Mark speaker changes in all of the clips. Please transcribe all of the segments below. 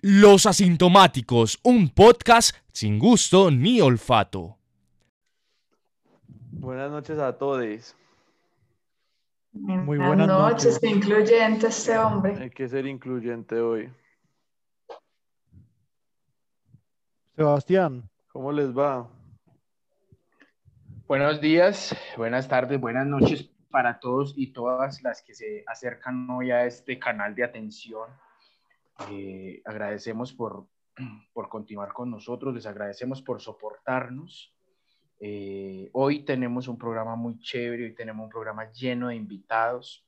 Speaker 1: Los Asintomáticos, un podcast sin gusto ni olfato.
Speaker 2: Buenas noches a todos.
Speaker 3: Muy buenas noches.
Speaker 4: qué incluyente este hombre.
Speaker 2: Hay que ser incluyente hoy.
Speaker 3: Sebastián,
Speaker 2: ¿Cómo les va?
Speaker 5: Buenos días, buenas tardes, buenas noches para todos y todas las que se acercan hoy a este canal de atención. Eh, agradecemos por, por continuar con nosotros, les agradecemos por soportarnos. Eh, hoy tenemos un programa muy chévere, hoy tenemos un programa lleno de invitados.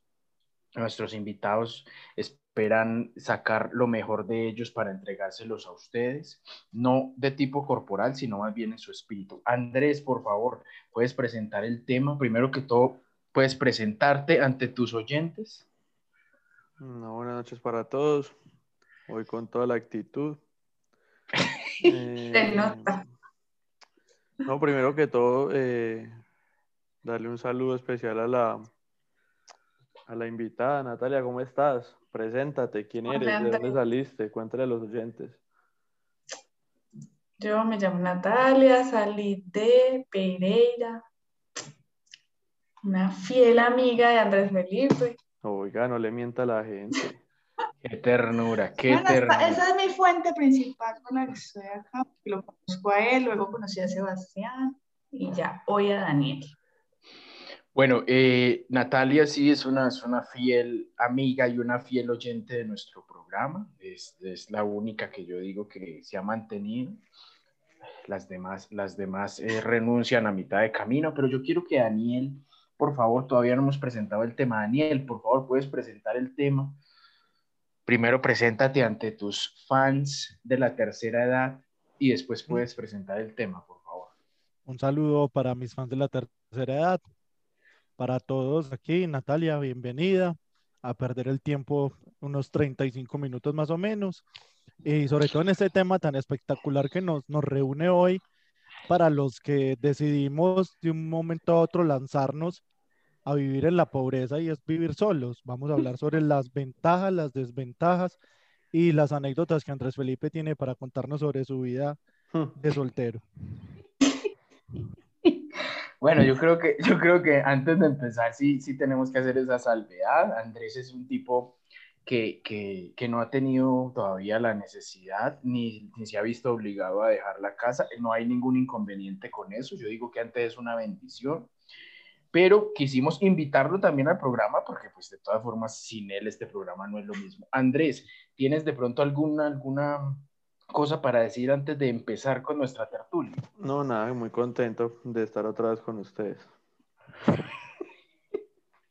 Speaker 5: Nuestros invitados esperan sacar lo mejor de ellos para entregárselos a ustedes, no de tipo corporal, sino más bien en su espíritu. Andrés, por favor, puedes presentar el tema. Primero que todo, puedes presentarte ante tus oyentes.
Speaker 2: Una buenas noches para todos. Hoy con toda la actitud. Eh,
Speaker 4: Se nota.
Speaker 2: No, primero que todo, eh, darle un saludo especial a la, a la invitada. Natalia, ¿cómo estás? Preséntate, ¿quién
Speaker 4: Hola,
Speaker 2: eres? ¿De dónde
Speaker 4: Andrés.
Speaker 2: saliste? Cuéntale a los oyentes.
Speaker 4: Yo me llamo Natalia, salí de Pereira, una fiel amiga de Andrés Felipe.
Speaker 2: Oiga, no le mienta a la gente.
Speaker 5: Qué ternura, qué
Speaker 6: Bueno, esa,
Speaker 5: ternura.
Speaker 6: esa es mi fuente principal con la que estoy acá.
Speaker 4: que Lo conozco a él, luego conocí a Sebastián y ya hoy a Daniel.
Speaker 5: Bueno, eh, Natalia sí es una, es una fiel amiga y una fiel oyente de nuestro programa. Es, es la única que yo digo que se ha mantenido. Las demás, las demás eh, renuncian a mitad de camino, pero yo quiero que Daniel, por favor, todavía no hemos presentado el tema. Daniel, por favor, puedes presentar el tema. Primero, preséntate ante tus fans de la tercera edad y después puedes presentar el tema, por favor.
Speaker 3: un saludo para mis fans de la tercera edad, para todos aquí. Natalia, bienvenida a perder el tiempo unos 35 minutos más o menos. Y sobre todo en este tema tan espectacular que nos, nos reúne hoy para los que decidimos de un momento a otro lanzarnos a vivir en la pobreza y es vivir solos. Vamos a hablar sobre las ventajas, las desventajas y las anécdotas que Andrés Felipe tiene para contarnos sobre su vida de soltero.
Speaker 5: Bueno, yo creo que, yo creo que antes de empezar sí, sí tenemos que hacer esa salvedad. Andrés es un tipo que, que, que no ha tenido todavía la necesidad ni, ni se ha visto obligado a dejar la casa. No hay ningún inconveniente con eso. Yo digo que antes es una bendición. Pero quisimos invitarlo también al programa porque pues de todas formas sin él este programa no es lo mismo. Andrés, ¿tienes de pronto alguna, alguna cosa para decir antes de empezar con nuestra tertulia?
Speaker 2: No, nada, muy contento de estar otra vez con ustedes.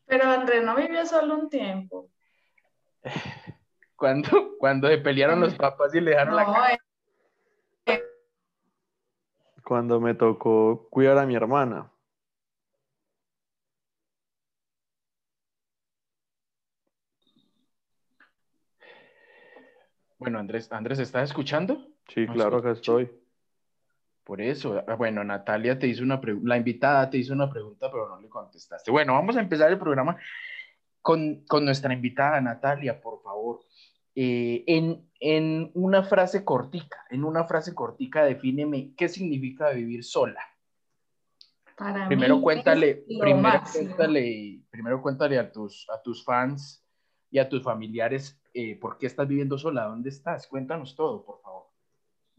Speaker 4: Pero Andrés no vivió solo un tiempo.
Speaker 5: Cuando, cuando se pelearon los papas y le dejaron la
Speaker 4: No, eh,
Speaker 5: casa.
Speaker 4: él-
Speaker 2: Cuando me tocó cuidar a mi hermana.
Speaker 5: Bueno, Andrés, Andrés, ¿estás escuchando?
Speaker 2: Sí,
Speaker 5: No
Speaker 2: claro que estoy.
Speaker 5: Por eso, ah, bueno, Natalia te hizo una pregunta, la invitada te hizo una pregunta, pero no le contestaste. Bueno, vamos a empezar el programa con, con nuestra invitada Natalia, por favor. Eh, en, en una frase cortica, en una frase cortica, defíneme qué significa vivir sola.
Speaker 4: para
Speaker 5: Primero
Speaker 4: mí
Speaker 5: cuéntale,
Speaker 4: es lo
Speaker 5: primero
Speaker 4: máximo.
Speaker 5: cuéntale, primero cuéntale a tus, a tus fans y a tus familiares eh, por qué estás viviendo sola, dónde estás, cuéntanos todo, por favor.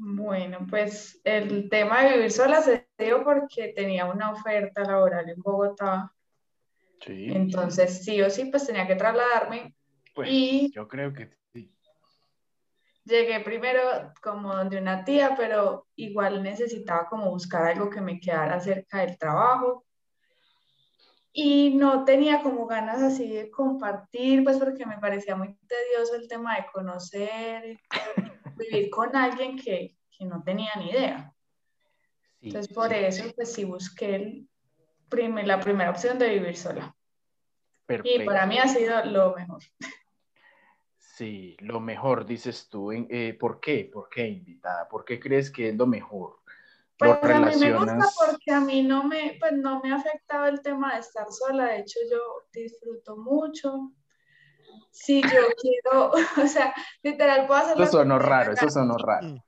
Speaker 4: Bueno, pues el tema de vivir sola se dio porque tenía una oferta laboral en Bogotá.
Speaker 5: Sí,
Speaker 4: Entonces, sí o sí, pues tenía que trasladarme
Speaker 5: pues
Speaker 4: y
Speaker 5: yo creo que sí.
Speaker 4: llegué primero como donde una tía, pero igual necesitaba como buscar algo que me quedara cerca del trabajo. Y no tenía como ganas así de compartir, pues porque me parecía muy tedioso el tema de conocer, vivir con alguien que, que no tenía ni idea.
Speaker 5: Sí,
Speaker 4: Entonces, por
Speaker 5: sí.
Speaker 4: eso, pues sí busqué el primer- la primera opción de vivir sola.
Speaker 5: Perfecto.
Speaker 4: Y para mí ha sido lo mejor.
Speaker 5: Sí, lo mejor, dices tú. en- eh, ¿Por qué? ¿Por qué, invitada? ¿Por qué crees que es lo mejor?
Speaker 4: Pues
Speaker 5: ¿Lo
Speaker 4: a mí me gusta
Speaker 5: relacionas?
Speaker 4: porque a mí no me, pues, no me ha afectado el tema de estar sola. De hecho, yo disfruto mucho. si yo quiero, o sea, literal puedo hacer
Speaker 5: Eso
Speaker 4: lo que
Speaker 5: sonó
Speaker 4: me dé la
Speaker 5: raro, eso
Speaker 4: gana.
Speaker 5: sonó raro.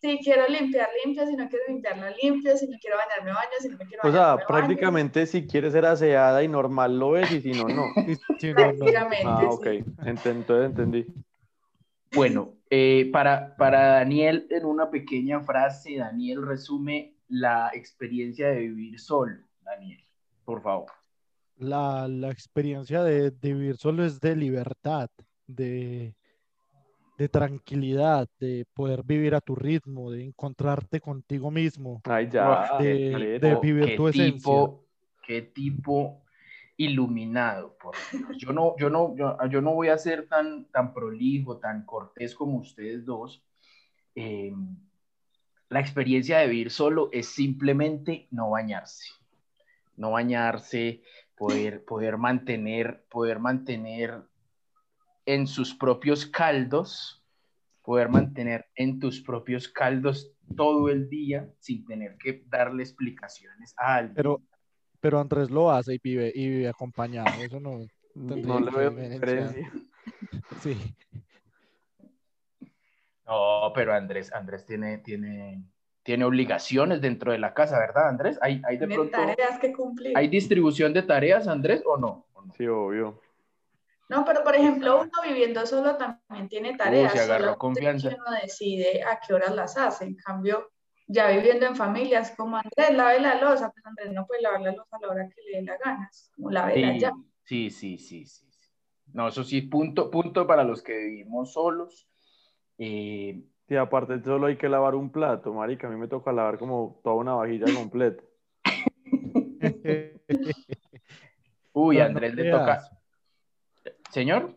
Speaker 4: Si quiero limpiar, limpio, si no quiero limpiar, no limpio, si no quiero bañarme, baño, si no me quiero
Speaker 2: O
Speaker 4: bañar, no
Speaker 2: sea,
Speaker 4: me baño.
Speaker 2: prácticamente si quieres ser aseada y normal lo es y si no, no.
Speaker 3: Y si no, no.
Speaker 4: Prácticamente,
Speaker 2: Ah,
Speaker 4: sí.
Speaker 2: ok. Ent- Entonces entendí.
Speaker 5: Bueno, eh, para, para Daniel, en una pequeña frase, Daniel resume la experiencia de vivir solo. Daniel, por favor.
Speaker 3: La, la experiencia de, de vivir solo es de libertad, de, de tranquilidad, de poder vivir a tu ritmo, de encontrarte contigo mismo.
Speaker 2: Ay, ya.
Speaker 5: Uf,
Speaker 2: qué
Speaker 3: de-
Speaker 2: pereza.
Speaker 5: Oh,
Speaker 3: vivir
Speaker 5: qué
Speaker 3: tu esencia.
Speaker 5: tipo, qué tipo iluminado. por Dios. Yo no, yo no, yo, yo no voy a ser tan, tan prolijo, tan cortés como ustedes dos. Eh, la experiencia de vivir solo es simplemente no bañarse, no bañarse, poder, poder mantener, poder mantener en sus propios caldos, poder mantener en tus propios caldos todo el día sin tener que darle explicaciones a alguien.
Speaker 3: Pero, pero Andrés lo hace y vive, y vive acompañado. Eso no.
Speaker 2: No le veo diferencia.
Speaker 3: Sí.
Speaker 5: No, pero Andrés, Andrés tiene, tiene, tiene obligaciones dentro de la casa, ¿verdad, Andrés? ¿Hay, hay de
Speaker 4: Tiene
Speaker 5: pronto,
Speaker 4: tareas que cumplir.
Speaker 5: hay distribución de tareas, Andrés, o no? ¿O no?
Speaker 2: Sí, obvio.
Speaker 4: No, pero por ejemplo, uno viviendo solo también tiene tareas.
Speaker 5: se
Speaker 4: solamente
Speaker 5: agarró
Speaker 4: que
Speaker 5: confianza.
Speaker 4: Uno decide a qué horas las hace. En cambio, ya viviendo en familias como Andrés, lave la losa. Pues Andrés no puede lavar la losa a la hora que le dé la gana. es Como la
Speaker 5: Sí,
Speaker 4: ya.
Speaker 5: sí, sí, sí, sí, sí. No, eso sí, punto, punto para los que vivimos solos. Eh,
Speaker 2: Y aparte solo hay que lavar un plato, marica. A mí me toca lavar como toda una vajilla completa.
Speaker 5: uy,
Speaker 3: No, no
Speaker 5: Andrés le
Speaker 3: creas.
Speaker 5: toca. Señor,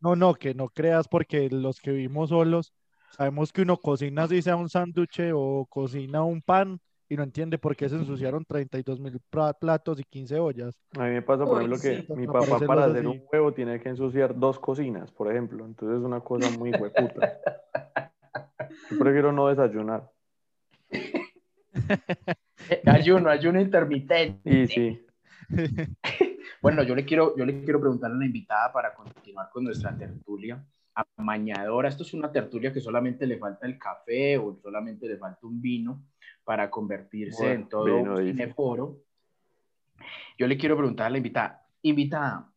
Speaker 3: No, no, que no creas porque los que vivimos solos sabemos que uno cocina así sea un sándwich o cocina un pan y no entiende por qué se ensuciaron 32 mil platos y 15 ollas.
Speaker 2: A mí me pasa, por
Speaker 4: Uy,
Speaker 2: ejemplo, que
Speaker 4: sí.
Speaker 2: mi
Speaker 3: Me
Speaker 2: papá
Speaker 3: parece
Speaker 2: para
Speaker 3: loco,
Speaker 2: hacer
Speaker 3: sí.
Speaker 2: un huevo tiene que ensuciar dos cocinas, por ejemplo. Entonces es una cosa muy hueputa. Yo prefiero no desayunar.
Speaker 5: eh, ayuno, ayuno intermitente.
Speaker 2: Y sí,
Speaker 5: Bueno, yo le quiero, yo le quiero preguntar a la invitada para continuar con nuestra tertulia amañadora. Esto es una tertulia que solamente le falta el café o solamente le falta un vino para convertirse
Speaker 2: Bueno,
Speaker 5: en todo
Speaker 2: vino,
Speaker 5: un
Speaker 2: dice.
Speaker 5: cineforo. Yo le quiero preguntar a la invitada, invitada,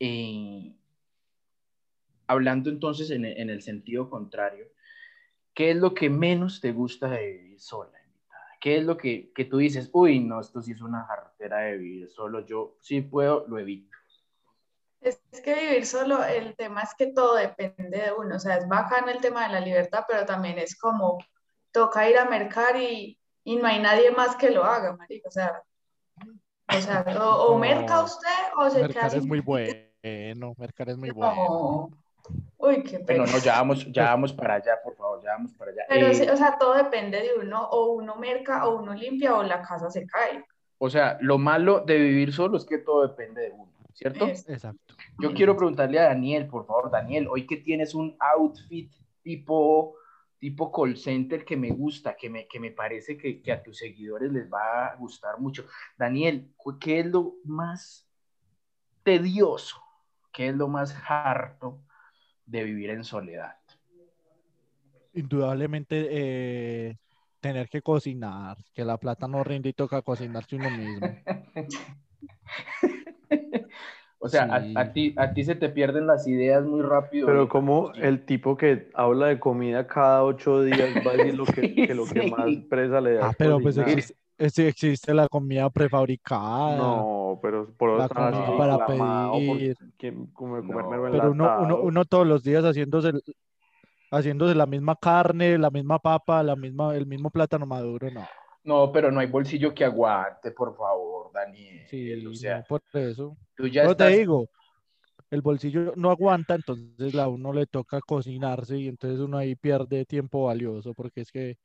Speaker 5: eh, hablando entonces en, en el sentido contrario, ¿qué es lo que menos te gusta de vivir sola, invitada? ¿Qué es lo que, que tú dices, uy, no, esto sí es una jartera de vivir solo, yo sí puedo, lo evito?
Speaker 4: Es es que vivir solo, el tema es que todo depende de uno. O sea, es bacano el tema de la libertad, pero también es como toca ir a mercar y, y no hay nadie más que lo haga, marica. O sea, o, sea, o- o
Speaker 3: No.
Speaker 4: merca usted o se queda
Speaker 3: Mercar es
Speaker 4: sin-
Speaker 3: muy bueno, Mercar es muy bueno.
Speaker 4: No. Uy, qué pena.
Speaker 5: Bueno, no, ya vamos, ya vamos para allá, por favor, ya vamos para allá.
Speaker 4: Pero
Speaker 5: Eh,
Speaker 4: sí, o sea, todo depende de uno, o uno merca, o uno limpia, o la casa se cae.
Speaker 5: O sea, lo malo de vivir solo es que todo depende de uno, ¿cierto?
Speaker 4: Es-
Speaker 3: Exacto.
Speaker 5: Yo quiero preguntarle a Daniel, por favor, Daniel, hoy que tienes un outfit tipo, tipo call center que me gusta, que me, que me parece que, que a tus seguidores les va a gustar mucho. Daniel, cu- ¿qué es lo más tedioso? ¿Qué es lo más harto de vivir en soledad?
Speaker 3: Indudablemente eh, tener que cocinar, que la plata no rinde y toca cocinarse uno mismo.
Speaker 5: O sea, a-
Speaker 3: Sí.
Speaker 5: a, ti, a ti se te pierden las ideas muy rápido.
Speaker 2: pero como el tipo que habla de comida cada ocho días va a decir lo que, que lo que
Speaker 5: Sí.
Speaker 2: más presa le da.
Speaker 3: Ah,
Speaker 2: es
Speaker 3: pero pues
Speaker 2: cocinar.
Speaker 3: existe, sí existe la comida prefabricada.
Speaker 2: No, pero por
Speaker 3: la
Speaker 2: otro lado,
Speaker 5: comida
Speaker 2: sí,
Speaker 5: para
Speaker 2: inflamado, porque
Speaker 3: pedir.
Speaker 2: quien- como
Speaker 5: No.
Speaker 2: comérmelo
Speaker 3: Pero uno, uno,
Speaker 2: enlatado.
Speaker 3: uno todos los días haciéndose, el- haciéndose la misma carne, la misma papa, la misma, el mismo plátano maduro, no.
Speaker 5: No, pero no hay bolsillo que aguante, por favor, Daniel.
Speaker 3: Sí,
Speaker 5: o sea,
Speaker 3: no, por eso.
Speaker 5: tú ya
Speaker 3: No
Speaker 5: estás...
Speaker 3: te digo, el bolsillo no aguanta, entonces a uno le toca cocinarse y entonces uno ahí pierde tiempo valioso porque es que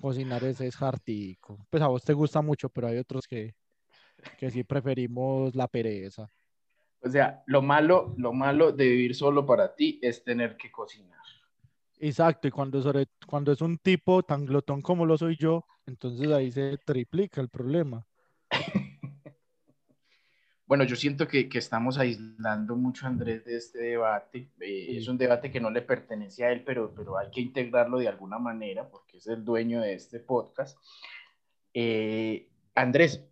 Speaker 3: cocinar es, es hartico. Pues a vos te gusta mucho, pero hay otros que, que sí preferimos la pereza.
Speaker 5: O sea, lo malo, lo malo de vivir solo para ti es tener que cocinar.
Speaker 3: Exacto, y cuando, sobre, cuando es un tipo tan glotón como lo soy yo, entonces ahí se triplica el problema.
Speaker 5: Bueno, yo siento que, que estamos aislando mucho a Andrés de este debate. Eh,
Speaker 3: Sí.
Speaker 5: Es un debate que no le pertenece a él, pero, pero hay que integrarlo de alguna manera porque es el dueño de este podcast. Eh, Andrés,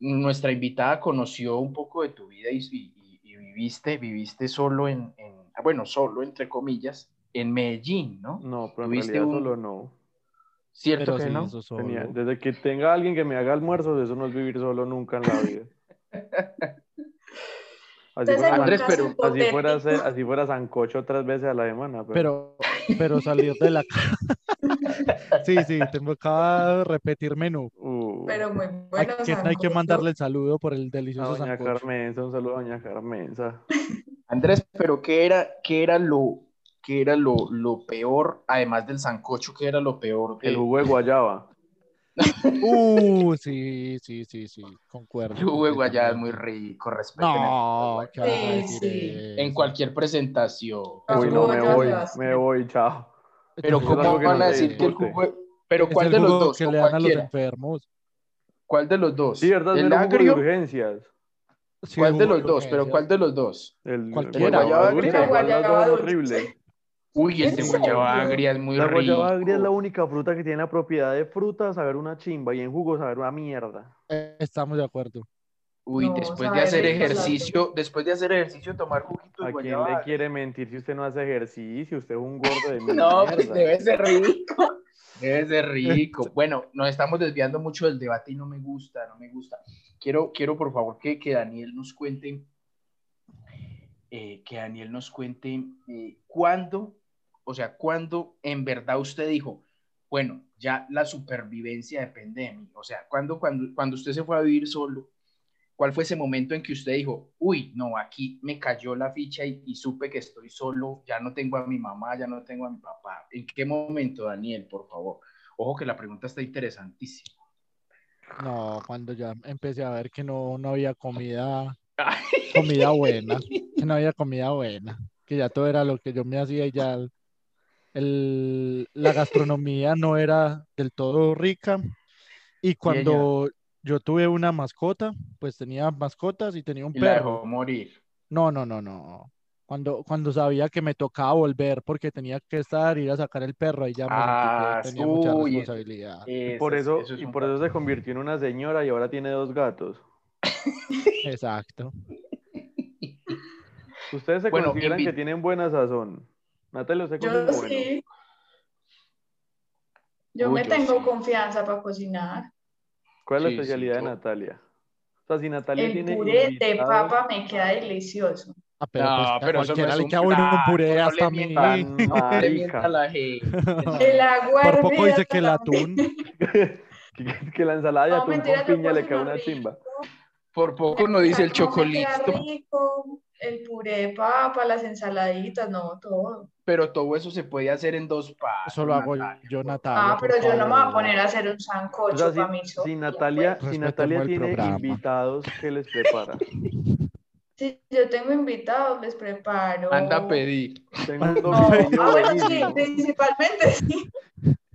Speaker 5: nuestra invitada conoció un poco de tu vida y, y- y viviste, viviste solo en, en, ah, bueno, solo entre comillas, en Medellín, ¿no?
Speaker 2: No, pero en
Speaker 5: ¿Tuviste
Speaker 2: realidad
Speaker 5: un-
Speaker 2: solo no.
Speaker 5: ¿Cierto
Speaker 3: Mm, Pero
Speaker 5: que
Speaker 3: sí,
Speaker 5: no?
Speaker 3: eso solo.
Speaker 2: Tenía- desde que tenga alguien que me haga almuerzos, eso no es vivir solo nunca en la vida. Así
Speaker 4: Entonces,
Speaker 2: fuera,
Speaker 4: en un
Speaker 5: Andrés,
Speaker 4: caso
Speaker 5: pero-
Speaker 2: así
Speaker 4: hipotético,
Speaker 2: fuera a ser- así fuera sancocho tres veces a la semana. pues. Pero,
Speaker 3: Pero, pero salir de la casa. sí, sí, tengo que repetir menú.
Speaker 2: Uh,
Speaker 4: pero muy
Speaker 3: Hay,
Speaker 4: bueno.
Speaker 3: que- hay que
Speaker 4: sancocho.
Speaker 3: mandarle el saludo por el
Speaker 2: a
Speaker 3: delicioso
Speaker 2: doña
Speaker 3: sancocho.
Speaker 2: Carmenza, un saludo a doña Carmenza.
Speaker 5: Andrés, pero ¿qué era, qué era lo, qué era lo, lo peor, además del sancocho, qué era lo peor? de-
Speaker 2: El jugo de guayaba.
Speaker 3: Uh, sí, sí, sí, sí, concuerdo.
Speaker 5: el jugo de guayaba es
Speaker 3: completamente.
Speaker 5: muy rico, respeten el jugo
Speaker 3: No,
Speaker 5: de
Speaker 3: ¿qué vas a
Speaker 4: Sí,
Speaker 3: decir
Speaker 4: sí.
Speaker 5: guayaba.
Speaker 3: eso?
Speaker 5: En cualquier presentación.
Speaker 4: Ah,
Speaker 2: Uy, no,
Speaker 4: jugo de
Speaker 2: me
Speaker 4: guayaba,
Speaker 2: voy,
Speaker 4: sí.
Speaker 2: me voy, chao.
Speaker 5: Pero
Speaker 2: es
Speaker 5: ¿cómo
Speaker 2: algo que
Speaker 5: van
Speaker 2: no se
Speaker 5: a decir que el
Speaker 2: discute.
Speaker 5: jugo... de- Pero
Speaker 3: Es
Speaker 5: ¿cuál
Speaker 3: el
Speaker 5: de los
Speaker 3: jugo
Speaker 5: dos?
Speaker 3: Que
Speaker 5: ¿O
Speaker 3: le dan a los
Speaker 5: cualquiera?
Speaker 3: enfermos.
Speaker 5: ¿Cuál de los dos?
Speaker 2: Sí, verdad,
Speaker 5: ¿El
Speaker 2: mero jugo de
Speaker 5: agrio?
Speaker 2: urgencias.
Speaker 3: Sí,
Speaker 5: ¿Cuál de
Speaker 3: jugo
Speaker 5: los dos? ¿Pero
Speaker 3: urgencias.
Speaker 5: cuál de los dos?
Speaker 2: El
Speaker 3: Cualquiera.
Speaker 2: guayaba
Speaker 5: El
Speaker 2: agria, igual las
Speaker 4: guayaba
Speaker 2: dos es
Speaker 4: dulce.
Speaker 2: horrible.
Speaker 5: Uy,
Speaker 4: ¿En
Speaker 5: este
Speaker 4: serio?
Speaker 5: guayaba agria es muy
Speaker 2: La
Speaker 5: rico.
Speaker 2: guayaba agria es la única fruta que tiene la propiedad de fruta, saber una chimba y en jugo saber una mierda.
Speaker 3: Eh, Estamos de acuerdo.
Speaker 5: Uy,
Speaker 4: No,
Speaker 5: después de
Speaker 4: sabe
Speaker 5: hacer
Speaker 4: rico, sabe
Speaker 5: ejercicio, después de hacer ejercicio, tomar juguito de
Speaker 2: ¿A quién
Speaker 5: guayaba
Speaker 2: le quiere mentir si usted no hace ejercicio? Usted es un gordo de
Speaker 5: No,
Speaker 2: mierda.
Speaker 5: pues debe ser rico. Debe ser rico. Bueno, nos estamos desviando mucho del debate y no me gusta, no me gusta. Quiero, quiero por favor, que, que Daniel nos cuente, eh, que Daniel nos cuente eh, cuándo, o sea, cuándo en verdad usted dijo, bueno, ya la supervivencia depende de mí. O sea, cuando, cuando, cuando usted se fue a vivir solo, ¿cuál fue ese momento en que usted dijo, uy, no, aquí me cayó la ficha y, y supe que estoy solo, ya no tengo a mi mamá, ya no tengo a mi papá? ¿En qué momento, Daniel, por favor? Ojo que la pregunta está interesantísima.
Speaker 3: No, cuando ya empecé a ver que no, no había comida, comida buena, que no había comida buena, que ya todo era lo que yo me hacía y ya el- el- la gastronomía no era del todo rica. Y cuando yo tuve una mascota, pues tenía mascotas y tenía un
Speaker 5: Y la
Speaker 3: perro.
Speaker 5: dejó morir.
Speaker 3: No, no, no, no. Cuando, cuando sabía que me tocaba volver porque tenía que estar, ir a sacar el perro, ahí ya me sentí
Speaker 5: Ah,
Speaker 3: que tenía mucha
Speaker 5: uy,
Speaker 3: responsabilidad.
Speaker 5: Eso
Speaker 2: Por
Speaker 5: es-
Speaker 2: eso,
Speaker 5: es
Speaker 2: y
Speaker 5: un
Speaker 2: por eso se convirtió en una señora y ahora tiene dos gatos.
Speaker 3: Exacto.
Speaker 2: ¿Ustedes se
Speaker 5: Bueno,
Speaker 2: consideran
Speaker 5: invi-
Speaker 2: que tienen buena sazón? Natalia, ¿usted
Speaker 4: Yo
Speaker 2: considera bueno?
Speaker 4: sí. Yo
Speaker 5: Uy,
Speaker 4: me
Speaker 5: yo
Speaker 4: tengo
Speaker 5: sí.
Speaker 4: confianza para cocinar.
Speaker 2: ¿Cuál es la
Speaker 5: Sí, sí,
Speaker 2: especialidad
Speaker 5: yo-
Speaker 2: de Natalia? O sea, si Natalia
Speaker 4: El
Speaker 2: tiene
Speaker 4: puré de
Speaker 2: invitados
Speaker 4: papa me queda delicioso.
Speaker 3: Ah, pero
Speaker 5: No,
Speaker 3: pues a
Speaker 5: pero eso no
Speaker 3: cualquiera
Speaker 5: es
Speaker 3: le
Speaker 5: un
Speaker 3: queda bueno un
Speaker 5: plan,
Speaker 3: puré
Speaker 5: no le
Speaker 3: hasta a mí.
Speaker 5: mientas.
Speaker 2: tan
Speaker 5: No le mienta
Speaker 2: marica.
Speaker 5: a la gente.
Speaker 4: El agua
Speaker 3: Ah. Por poco
Speaker 4: hervida
Speaker 3: dice que el
Speaker 4: también.
Speaker 3: atún.
Speaker 2: que, que la ensalada de
Speaker 4: No,
Speaker 2: atún
Speaker 4: mentira,
Speaker 2: con
Speaker 4: yo
Speaker 2: piña le queda
Speaker 4: cocino
Speaker 2: una
Speaker 4: rico.
Speaker 2: chimba.
Speaker 5: Por poco no dice el
Speaker 4: No me queda
Speaker 5: chocolito,
Speaker 4: rico, el puré de papa, las ensaladitas, no, todo.
Speaker 5: pero todo eso se puede hacer en dos pasos.
Speaker 3: Solo hago
Speaker 5: Natalia,
Speaker 3: yo,
Speaker 5: por
Speaker 3: Natalia.
Speaker 4: Ah, pero
Speaker 3: por
Speaker 4: yo no me voy a
Speaker 3: favor.
Speaker 4: poner a hacer un sancocho
Speaker 2: O sea,
Speaker 4: para mí
Speaker 2: si,
Speaker 4: sola,
Speaker 2: si Natalia,
Speaker 4: pues.
Speaker 2: si
Speaker 3: Respetemos
Speaker 2: Natalia
Speaker 3: el
Speaker 2: tiene
Speaker 3: programa.
Speaker 2: invitados, ¿qué les prepara?
Speaker 4: Pues, Si yo tengo invitados, les preparo.
Speaker 5: Anda a pedir.
Speaker 2: Tengo un
Speaker 3: No.
Speaker 4: No.
Speaker 2: doble
Speaker 4: Ah, bueno, sí,
Speaker 2: buenísimo.
Speaker 4: principalmente sí.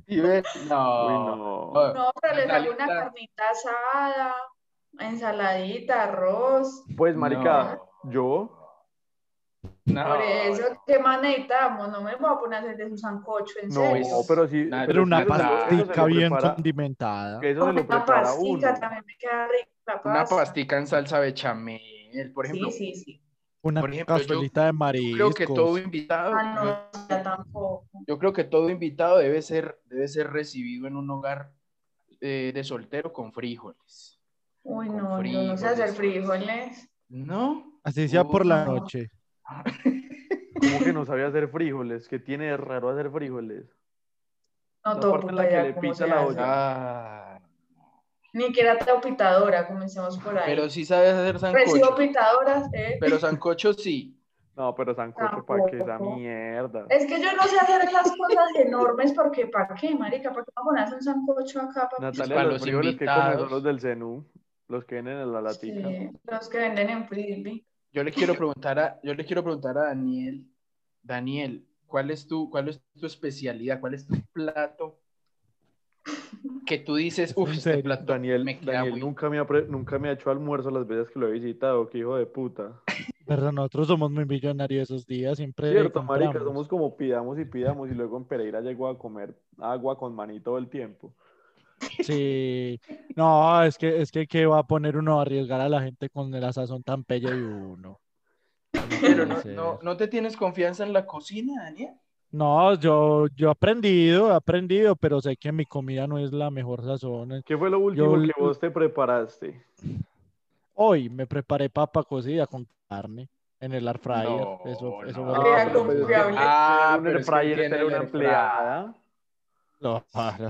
Speaker 5: Y ve-
Speaker 2: Uy,
Speaker 5: No.
Speaker 2: no.
Speaker 4: No, pero les hago una
Speaker 5: Natalia.
Speaker 4: carnita asada, ensaladita, arroz.
Speaker 2: Pues, marica, yo,
Speaker 5: No.
Speaker 4: Por eso, ¿qué más necesitamos? No me voy a poner a hacer de un sancocho, en
Speaker 2: no,
Speaker 4: serio.
Speaker 5: es-
Speaker 2: pero sí,
Speaker 5: Nada,
Speaker 3: Pero
Speaker 5: Pero
Speaker 3: una
Speaker 5: es que
Speaker 2: eso- eso se
Speaker 3: pastica
Speaker 2: lo
Speaker 3: bien
Speaker 2: prepara-
Speaker 3: condimentada.
Speaker 2: que eso se lo
Speaker 4: Una
Speaker 2: prepara uno.
Speaker 4: pastica también me queda rica, la
Speaker 5: Una
Speaker 4: pasta.
Speaker 5: pastica en salsa bechamel, por ejemplo.
Speaker 4: Sí, sí, sí.
Speaker 3: Una
Speaker 5: Por ejemplo, yo-
Speaker 3: cazuelita de
Speaker 5: Yo creo que todo
Speaker 3: mariscos.
Speaker 5: invitado,
Speaker 4: Ah, no,
Speaker 5: yo,
Speaker 4: ya tampoco.
Speaker 5: yo creo que todo invitado debe ser, debe ser recibido en un hogar eh, de soltero con frijoles.
Speaker 4: Uy,
Speaker 5: Con
Speaker 4: no, yo no sé hacer frijoles.
Speaker 5: ¿No?
Speaker 3: Así sea por la
Speaker 4: No.
Speaker 3: noche.
Speaker 2: Como que no sabía hacer frijoles, que tiene de raro hacer frijoles.
Speaker 4: No
Speaker 2: La
Speaker 4: tengo
Speaker 2: parte en la
Speaker 4: puta
Speaker 2: que
Speaker 4: idea
Speaker 2: le
Speaker 4: cómo
Speaker 2: pica
Speaker 4: se
Speaker 2: la
Speaker 4: hace.
Speaker 2: olla.
Speaker 5: Ah,
Speaker 4: Ni que era pitadora, comencemos por ahí.
Speaker 5: pero sí sabes
Speaker 4: Pues
Speaker 5: hacer
Speaker 4: Recibo
Speaker 5: sancocho.
Speaker 4: pitadoras, eh.
Speaker 5: Pero sancocho sí.
Speaker 2: No, pero sancocho, ¿para qué esa
Speaker 4: Tampoco.
Speaker 2: mierda?
Speaker 4: Es que yo no sé hacer las cosas enormes porque ¿para qué, marica? ¿Para qué vamos a hacer un sancocho acá? Para
Speaker 2: Natalia,
Speaker 5: para
Speaker 2: los
Speaker 5: los
Speaker 2: frijoles que comen son
Speaker 5: invitados.
Speaker 2: los del Zenú, los que vienen en la latica.
Speaker 4: los que venden en Frisbee.
Speaker 5: Yo le quiero preguntar a, yo le quiero preguntar a Daniel, Daniel, ¿cuál es tu, cuál es tu especialidad? ¿Cuál es tu plato que tú dices, uff,
Speaker 3: en
Speaker 5: este
Speaker 3: serio,
Speaker 5: plato
Speaker 2: Daniel,
Speaker 5: me queda
Speaker 2: Daniel
Speaker 5: muy-
Speaker 2: nunca, me ha pre- nunca me ha hecho almuerzo las veces que lo he visitado, qué hijo de puta.
Speaker 3: Pero nosotros somos muy millonarios esos días, siempre
Speaker 2: Cierto, marica,
Speaker 3: compramos.
Speaker 2: somos como pidamos y pidamos y luego en Pereira llegó a comer agua con maní todo el tiempo.
Speaker 3: Sí. No, es que es que qué va a poner uno a arriesgar a la gente con la sazón tan pelle de uno. No
Speaker 5: Pero
Speaker 3: puede
Speaker 5: no,
Speaker 3: ser.
Speaker 5: no, ¿no te tienes confianza en la cocina, Daniel.
Speaker 3: No, yo yo he aprendido, he aprendido, pero sé que mi comida no es la mejor sazón.
Speaker 2: ¿Qué fue lo último
Speaker 3: Yo-
Speaker 2: que vos te preparaste?
Speaker 3: Hoy me preparé papa cocida con carne en el air fryer.
Speaker 5: No,
Speaker 3: Eso, eso
Speaker 5: no.
Speaker 3: fue lo
Speaker 4: Vea
Speaker 3: que
Speaker 2: pero
Speaker 4: cómo
Speaker 3: me-
Speaker 2: pues es que
Speaker 4: confiable.
Speaker 5: Ah,
Speaker 2: un
Speaker 5: pero
Speaker 2: air
Speaker 5: es que
Speaker 2: fryer
Speaker 5: tiene
Speaker 2: tener una
Speaker 5: el air fryer.
Speaker 2: empleada.
Speaker 3: No, claro.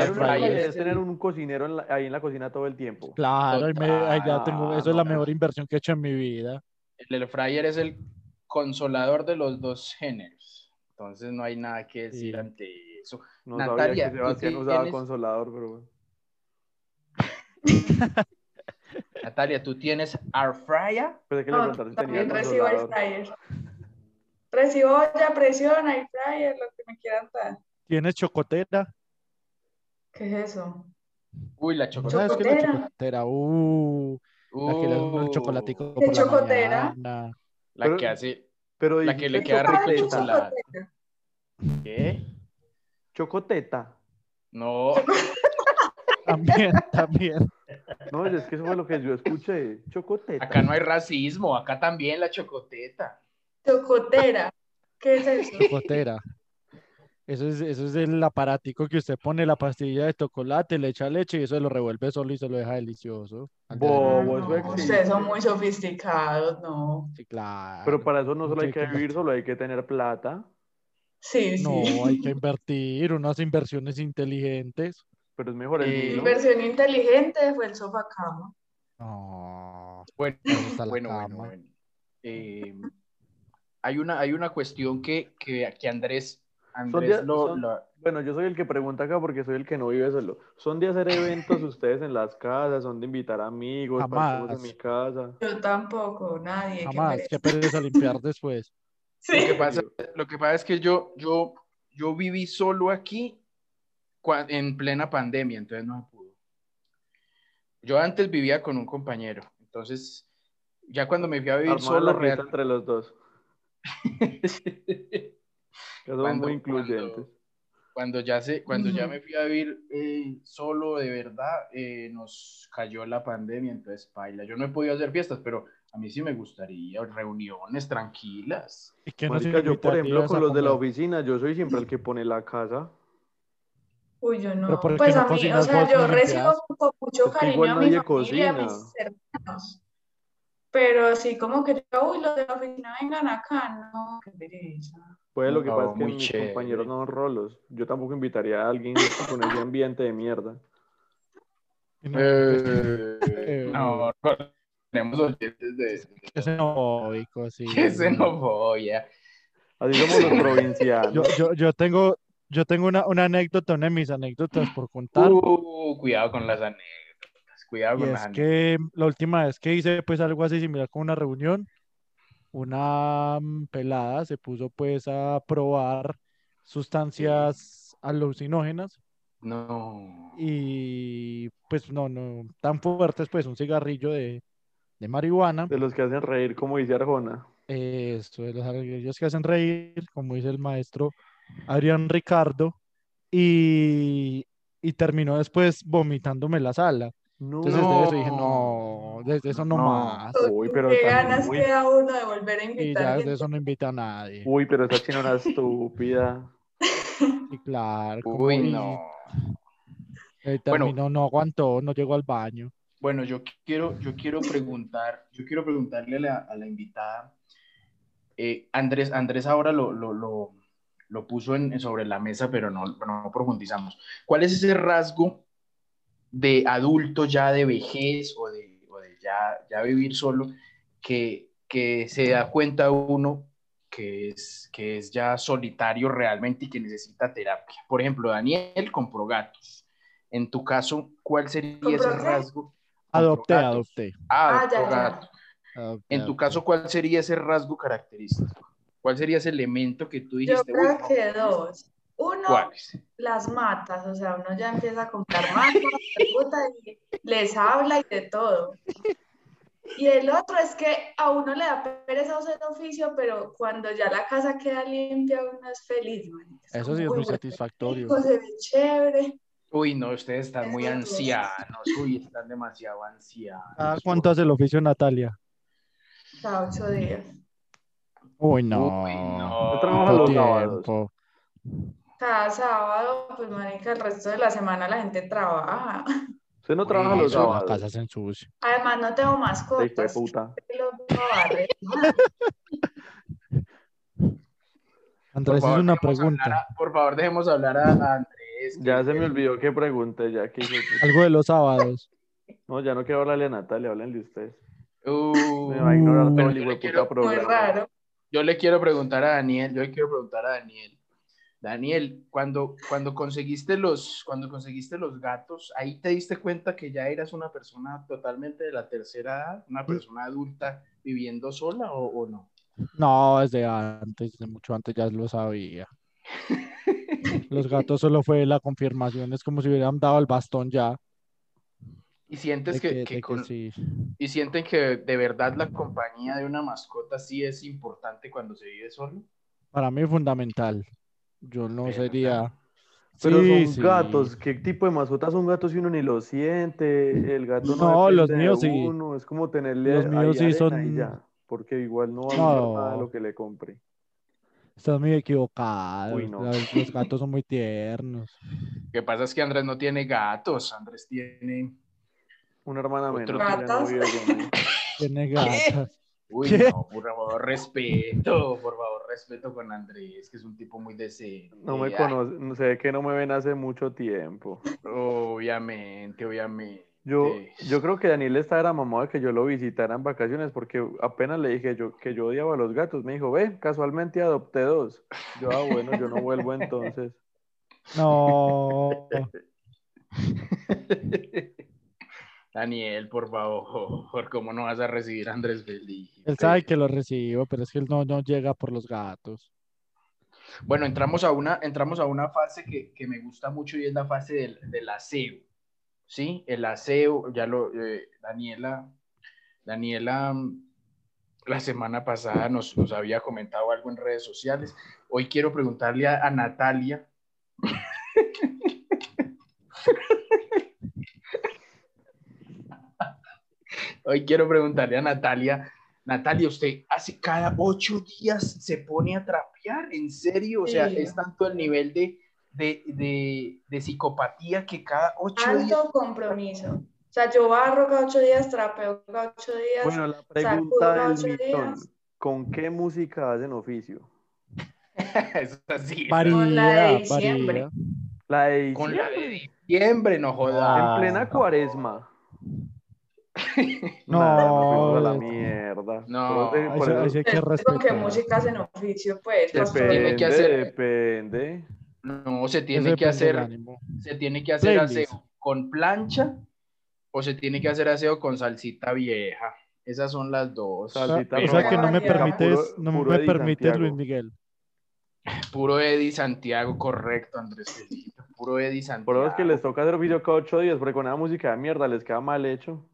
Speaker 3: El
Speaker 2: Tener un
Speaker 3: air
Speaker 5: air
Speaker 2: air
Speaker 5: fryer
Speaker 2: fryer
Speaker 3: fryer.
Speaker 5: es
Speaker 2: es
Speaker 5: el-
Speaker 2: tener un cocinero en la- ahí en la cocina todo el tiempo.
Speaker 3: Claro, y me- ahí ya tengo, eso es la
Speaker 5: Total, no.
Speaker 3: mejor inversión que he hecho en mi vida.
Speaker 5: El air fryer es el consolador de los dos géneros. Entonces no hay nada que decir
Speaker 3: Sí.
Speaker 5: ante eso.
Speaker 2: No sabía
Speaker 5: Natalia, ¿tú
Speaker 2: que Sebastián
Speaker 5: qué
Speaker 2: usaba
Speaker 5: tienes?
Speaker 2: consolador, pero bueno.
Speaker 5: Natalia, ¿tú tienes air fryer?
Speaker 2: Pensé que le
Speaker 4: No,
Speaker 2: preguntaron si tenía
Speaker 4: también recibo air
Speaker 2: consolador.
Speaker 4: fryer. Recibo olla, presión, air fryer, lo que me quieran dar.
Speaker 3: ¿Tienes chocotera?
Speaker 4: ¿Qué es eso?
Speaker 5: Uy, la
Speaker 3: ¿No
Speaker 5: chocolate.
Speaker 3: sabes qué es la
Speaker 4: Chocotera.
Speaker 3: chocotera? Uh, la que le hacen el
Speaker 5: Uh,
Speaker 3: chocolatico
Speaker 4: ¿Qué
Speaker 3: por la
Speaker 4: chocotera?
Speaker 3: mañana.
Speaker 5: La que
Speaker 2: Pero-
Speaker 5: hace.
Speaker 2: Pero
Speaker 5: La que le
Speaker 2: dijiste
Speaker 5: queda rico el
Speaker 2: chocoteta.
Speaker 5: chocolate. ¿Qué?
Speaker 2: Chocoteta.
Speaker 5: No.
Speaker 3: También, también.
Speaker 2: No, es que eso fue lo que yo escuché. Chocoteta.
Speaker 5: Acá no hay racismo, acá también la chocoteta.
Speaker 4: Chocotera. ¿Qué es eso?
Speaker 3: Chocotera. Eso es, eso es el aparatico que usted pone la pastilla de chocolate, le echa leche y eso lo revuelve solo y se lo deja delicioso. Al día
Speaker 2: Bobo,
Speaker 3: siguiente.
Speaker 2: eso existe.
Speaker 4: ustedes son muy sofisticados, ¿no?
Speaker 3: Sí, claro.
Speaker 2: Pero para eso no solo hay que
Speaker 3: Chocolate.
Speaker 2: vivir, solo hay que tener plata.
Speaker 4: Sí, sí.
Speaker 3: No, hay que invertir unas inversiones inteligentes.
Speaker 2: Pero es mejor el
Speaker 5: Eh,
Speaker 2: vino.
Speaker 4: Inversión inteligente fue el sofá cama.
Speaker 3: No,
Speaker 5: Bueno,
Speaker 3: eso está la
Speaker 5: bueno, bueno,
Speaker 3: cama.
Speaker 5: bueno. Eh, hay, una, hay una cuestión que, que, que Andrés, Andrés
Speaker 2: días-
Speaker 5: lo-
Speaker 2: son-
Speaker 5: lo-
Speaker 2: Bueno, yo soy el que pregunta acá porque soy el que no vive solo. ¿Son de hacer eventos ustedes en las casas? ¿Son de invitar amigos?
Speaker 3: Jamás.
Speaker 2: parceros en mi casa?
Speaker 4: Yo tampoco, nadie. qué
Speaker 3: Jamás,
Speaker 4: pereza.
Speaker 3: qué pereza limpiar después.
Speaker 5: Lo que
Speaker 4: Sí.
Speaker 5: pasa, lo que pasa es que yo, yo, yo viví solo aquí cua- en plena pandemia, entonces no se pudo. Yo antes vivía con un compañero, entonces ya cuando me fui a vivir
Speaker 2: Armar
Speaker 5: solo,
Speaker 2: la fiesta
Speaker 5: real-
Speaker 2: entre los dos. Que son
Speaker 5: Cuando-
Speaker 2: muy incluyentes.
Speaker 5: cuando ya se, cuando ya
Speaker 4: Ujú.
Speaker 5: me fui a vivir eh, solo de verdad, eh, nos cayó la pandemia, entonces paila. Yo no he podido hacer fiestas, pero a mí sí me gustaría reuniones tranquilas.
Speaker 3: ¿Y qué nos
Speaker 2: Marica, yo, por ejemplo,
Speaker 3: invitarías a
Speaker 2: con los de la
Speaker 3: comer?
Speaker 2: oficina, yo soy siempre el que pone la casa.
Speaker 4: Uy, yo no.
Speaker 3: Pero ¿por qué
Speaker 4: Pues
Speaker 3: no
Speaker 4: a mí, o
Speaker 3: cocinas
Speaker 4: sea,
Speaker 3: vos,
Speaker 4: yo
Speaker 3: ni limpias?
Speaker 4: recibo con mucho
Speaker 2: Es que
Speaker 4: cariño
Speaker 2: igual
Speaker 4: a mi
Speaker 2: nadie
Speaker 4: familia, a
Speaker 2: cocina.
Speaker 4: mis cercanos. Pero sí, como que yo, uy, los de la oficina vengan acá, no, qué pereza.
Speaker 2: Pues lo que
Speaker 5: No,
Speaker 2: pasa es que
Speaker 5: muy
Speaker 2: mis
Speaker 5: chévere.
Speaker 2: compañeros no son rolos. Yo tampoco invitaría a alguien con ese ambiente de mierda.
Speaker 3: No,
Speaker 5: Eh, no, tenemos oyentes de
Speaker 3: qué xenofóbico, sí.
Speaker 5: que xenofobia.
Speaker 2: Así somos los provincianos.
Speaker 3: Yo, yo, yo tengo, yo tengo una, una anécdota, una de mis anécdotas por contar.
Speaker 5: Uh, cuidado con las anécdotas, cuidado
Speaker 3: y
Speaker 5: con
Speaker 3: es
Speaker 5: las anécdotas.
Speaker 3: que la última vez que hice pues algo así similar con una reunión, una mm, pelada se puso pues a probar sustancias alucinógenas
Speaker 5: No.
Speaker 3: y pues no, no, tan fuertes pues un cigarrillo de, de marihuana.
Speaker 2: De los que hacen reír, como dice Arjona.
Speaker 3: Esto de los arreglos que hacen reír, como dice el maestro Adrián Ricardo, y, y terminó después vomitándome la sala.
Speaker 2: No.
Speaker 3: Entonces, este desde eso dije, no, desde eso no,
Speaker 2: No.
Speaker 3: más.
Speaker 2: Uy, pero
Speaker 4: qué
Speaker 2: también,
Speaker 4: ganas
Speaker 2: uy.
Speaker 4: queda uno de volver a
Speaker 3: Y
Speaker 4: invitar
Speaker 3: ya desde
Speaker 4: gente.
Speaker 3: eso no invita a nadie.
Speaker 2: Uy, pero esa china era estúpida.
Speaker 3: Y claro, como
Speaker 5: Uy,
Speaker 3: y-
Speaker 5: no.
Speaker 3: eh,
Speaker 5: Bueno.
Speaker 3: terminó, no aguantó, no llegó al baño.
Speaker 5: Bueno, yo quiero, yo quiero preguntar, yo quiero preguntarle a la, a la invitada. eh, Andrés, Andrés ahora lo, lo, lo- lo puso en, sobre la mesa, pero no, no profundizamos. ¿Cuál es ese rasgo de adulto ya de vejez o de, o de ya, ya vivir solo que, que se da cuenta uno que es, que es ya solitario realmente y que necesita terapia? Por ejemplo, Daniel compró gatos. En tu caso, ¿cuál sería
Speaker 4: ¿Compró
Speaker 5: ese
Speaker 4: qué?
Speaker 5: rasgo?
Speaker 3: Adopté,
Speaker 5: Gatos.
Speaker 3: adopté.
Speaker 5: Ah,
Speaker 4: Ah, ya,
Speaker 5: otro
Speaker 4: ya.
Speaker 5: gato.
Speaker 3: adopté,
Speaker 5: En tu
Speaker 3: adopté.
Speaker 5: caso, ¿cuál sería ese rasgo característico? ¿Cuál sería ese elemento que tú
Speaker 4: Yo
Speaker 5: dijiste?
Speaker 4: creo
Speaker 5: "Uy,
Speaker 4: que dos. Uno,
Speaker 5: ¿Cuáles?
Speaker 4: las matas, o sea, uno ya empieza a comprar matas, puta, y les habla y de todo. Y el otro es que a uno le da pereza hacer oficio, pero cuando ya la casa queda limpia, uno es feliz, marica.
Speaker 7: Eso sí es
Speaker 4: como,
Speaker 7: muy
Speaker 4: "Uy,
Speaker 7: satisfactorio.
Speaker 4: rico, se ve chévere.
Speaker 5: Uy, no, ustedes están muy
Speaker 4: Eso.
Speaker 5: ancianos. Uy, están demasiado ancianos.
Speaker 3: ¿Cada Ah, cuánto hace el oficio Natalia?
Speaker 4: Cada ocho días.
Speaker 7: Uy, no.
Speaker 5: Uy,
Speaker 2: Yo
Speaker 5: no.
Speaker 2: trabajo
Speaker 7: Poco
Speaker 2: los sábados.
Speaker 7: tiempo.
Speaker 4: Cada sábado, pues, marica, el resto de la semana la gente trabaja.
Speaker 2: Usted no trabaja
Speaker 5: Uy,
Speaker 2: los
Speaker 5: eso no
Speaker 7: La
Speaker 2: sábados.
Speaker 7: casa se ensucia.
Speaker 4: Además, no tengo
Speaker 2: Ay, hijo de
Speaker 4: mascotas.
Speaker 2: puta.
Speaker 4: Los voy a barrer.
Speaker 5: Por
Speaker 3: Andrés, es
Speaker 5: favor,
Speaker 3: una
Speaker 5: dejemos hablar
Speaker 3: pregunta.
Speaker 5: a- por favor, dejemos hablar a a Andrés.
Speaker 2: Ya se me olvidó que pregunté, ya que hijo de puta.
Speaker 3: Algo de los sábados.
Speaker 2: No, ya no quiero hablarle a Natalia, háblenle ustedes.
Speaker 5: Uh,
Speaker 2: Me va a ignorar todo
Speaker 5: pero
Speaker 2: el
Speaker 5: yo
Speaker 2: hijo de
Speaker 5: le
Speaker 2: puta
Speaker 5: quiero-
Speaker 4: Muy
Speaker 2: programa.
Speaker 4: raro.
Speaker 5: Yo le quiero preguntar a Daniel, yo le quiero preguntar a Daniel. Daniel, cuando, cuando conseguiste los, cuando conseguiste los gatos, ahí te diste cuenta que ya eras una persona totalmente de la tercera edad, una
Speaker 7: Pues
Speaker 5: persona adulta viviendo sola o, o no.
Speaker 7: No, desde antes, desde mucho antes ya lo sabía.
Speaker 3: Los gatos solo fue la confirmación. Es como si hubieran dado el bastón ya.
Speaker 5: Y sientes
Speaker 7: de
Speaker 5: que,
Speaker 7: que-
Speaker 5: que
Speaker 7: de que
Speaker 5: con-
Speaker 7: sí.
Speaker 5: y sienten que de verdad la compañía de una mascota sí es importante cuando se vive solo.
Speaker 3: Para mí fundamental. Yo no
Speaker 5: ¿Verdad?
Speaker 3: sería.
Speaker 2: Pero
Speaker 3: Sí,
Speaker 2: son
Speaker 3: sí.
Speaker 2: gatos, ¿qué tipo de mascotas son gatos si uno ni lo siente? El gato no,
Speaker 3: No, los
Speaker 2: depende de
Speaker 3: míos sí.
Speaker 2: uno, es como tenerle
Speaker 3: Los
Speaker 2: ahí
Speaker 3: míos sí
Speaker 2: arena
Speaker 3: son-
Speaker 2: y ya, porque igual no va a
Speaker 3: No.
Speaker 2: usar nada de lo que le compre.
Speaker 3: Estás muy equivocado.
Speaker 2: Uy, no.
Speaker 3: Los, los gatos son muy tiernos.
Speaker 5: Lo que pasa es que Andrés no tiene gatos, Andrés tiene...
Speaker 2: Una hermana
Speaker 5: Otro
Speaker 2: menor. ya no
Speaker 4: gatos.
Speaker 2: vive conmigo.
Speaker 3: Tiene gatas.
Speaker 5: Uy,
Speaker 3: ¿Qué?
Speaker 5: no, por favor, respeto, por favor, respeto con Andrés, que es un tipo muy decente.
Speaker 2: No me
Speaker 5: Ay,
Speaker 2: conoce, no sé que no me ven hace mucho tiempo.
Speaker 5: Obviamente, obviamente.
Speaker 2: Yo, yo creo que Daniel estaba era mamado de que yo lo visitara en vacaciones porque apenas le dije yo que yo odiaba a los gatos, me dijo, ve, casualmente adopté dos. Yo, ah, bueno, yo no vuelvo entonces.
Speaker 3: No.
Speaker 5: Daniel, por favor, ¿cómo no vas a recibir a Andrés Feliz?
Speaker 3: Él sabe que lo recibo, pero es que él no, no llega por los gatos.
Speaker 5: Bueno, entramos a una, entramos a una fase que, que me gusta mucho y es la fase del, del aseo. ¿Sí? El aseo, ya lo, eh, Daniela, Daniela, mm, la semana pasada nos, nos había comentado algo en redes sociales. Hoy quiero preguntarle a, a Natalia. Hoy quiero preguntarle a Natalia. Natalia, usted hace cada ocho días se pone a trapear, ¿en serio? O sea,
Speaker 4: Sí.
Speaker 5: es tanto el nivel de, de, de- de psicopatía que cada ocho días.
Speaker 4: Alto compromiso. O sea, yo barro cada ocho días, trapeo cada ocho días.
Speaker 2: Bueno, la
Speaker 4: Sacuda
Speaker 2: pregunta del
Speaker 4: ocho
Speaker 2: millón,
Speaker 4: días.
Speaker 2: ¿con qué música hacen oficio?
Speaker 5: es así.
Speaker 4: Con la
Speaker 3: Varía,
Speaker 4: de diciembre.
Speaker 3: varía.
Speaker 2: La de
Speaker 5: Con la Ah.
Speaker 2: diciembre,
Speaker 5: de diciembre, no jodas.
Speaker 2: en plena cuaresma.
Speaker 3: No,
Speaker 2: Nah, fuimos a la
Speaker 3: no.
Speaker 2: mierda.
Speaker 5: No.
Speaker 2: Por eso-
Speaker 3: Ahí
Speaker 2: por
Speaker 3: se-
Speaker 2: eso-
Speaker 3: ahí se hay que
Speaker 4: Es con qué
Speaker 3: respetar.
Speaker 4: música hacen oficio, pues. para
Speaker 2: depende,
Speaker 5: Tiene que hacer-
Speaker 2: depende.
Speaker 5: No, se
Speaker 3: Eso
Speaker 5: tiene que
Speaker 3: depende del
Speaker 5: hacer,
Speaker 3: ánimo.
Speaker 5: se tiene que hacer
Speaker 3: Playlist.
Speaker 5: aseo con plancha o se tiene que hacer aseo con salsita vieja. Esas son las dos.
Speaker 2: Salsita
Speaker 3: O sea
Speaker 2: roja.
Speaker 3: que no me
Speaker 4: Puro-
Speaker 3: permites, no
Speaker 2: puro
Speaker 3: me
Speaker 2: Eddie
Speaker 3: permites
Speaker 2: Santiago.
Speaker 3: Luis Miguel.
Speaker 5: Puro Eddie Santiago, correcto, Andrés Felipe. Puro Eddie Santiago.
Speaker 2: Por eso es que les toca hacer oficio cada ocho días, porque con esa música de mierda les queda mal hecho.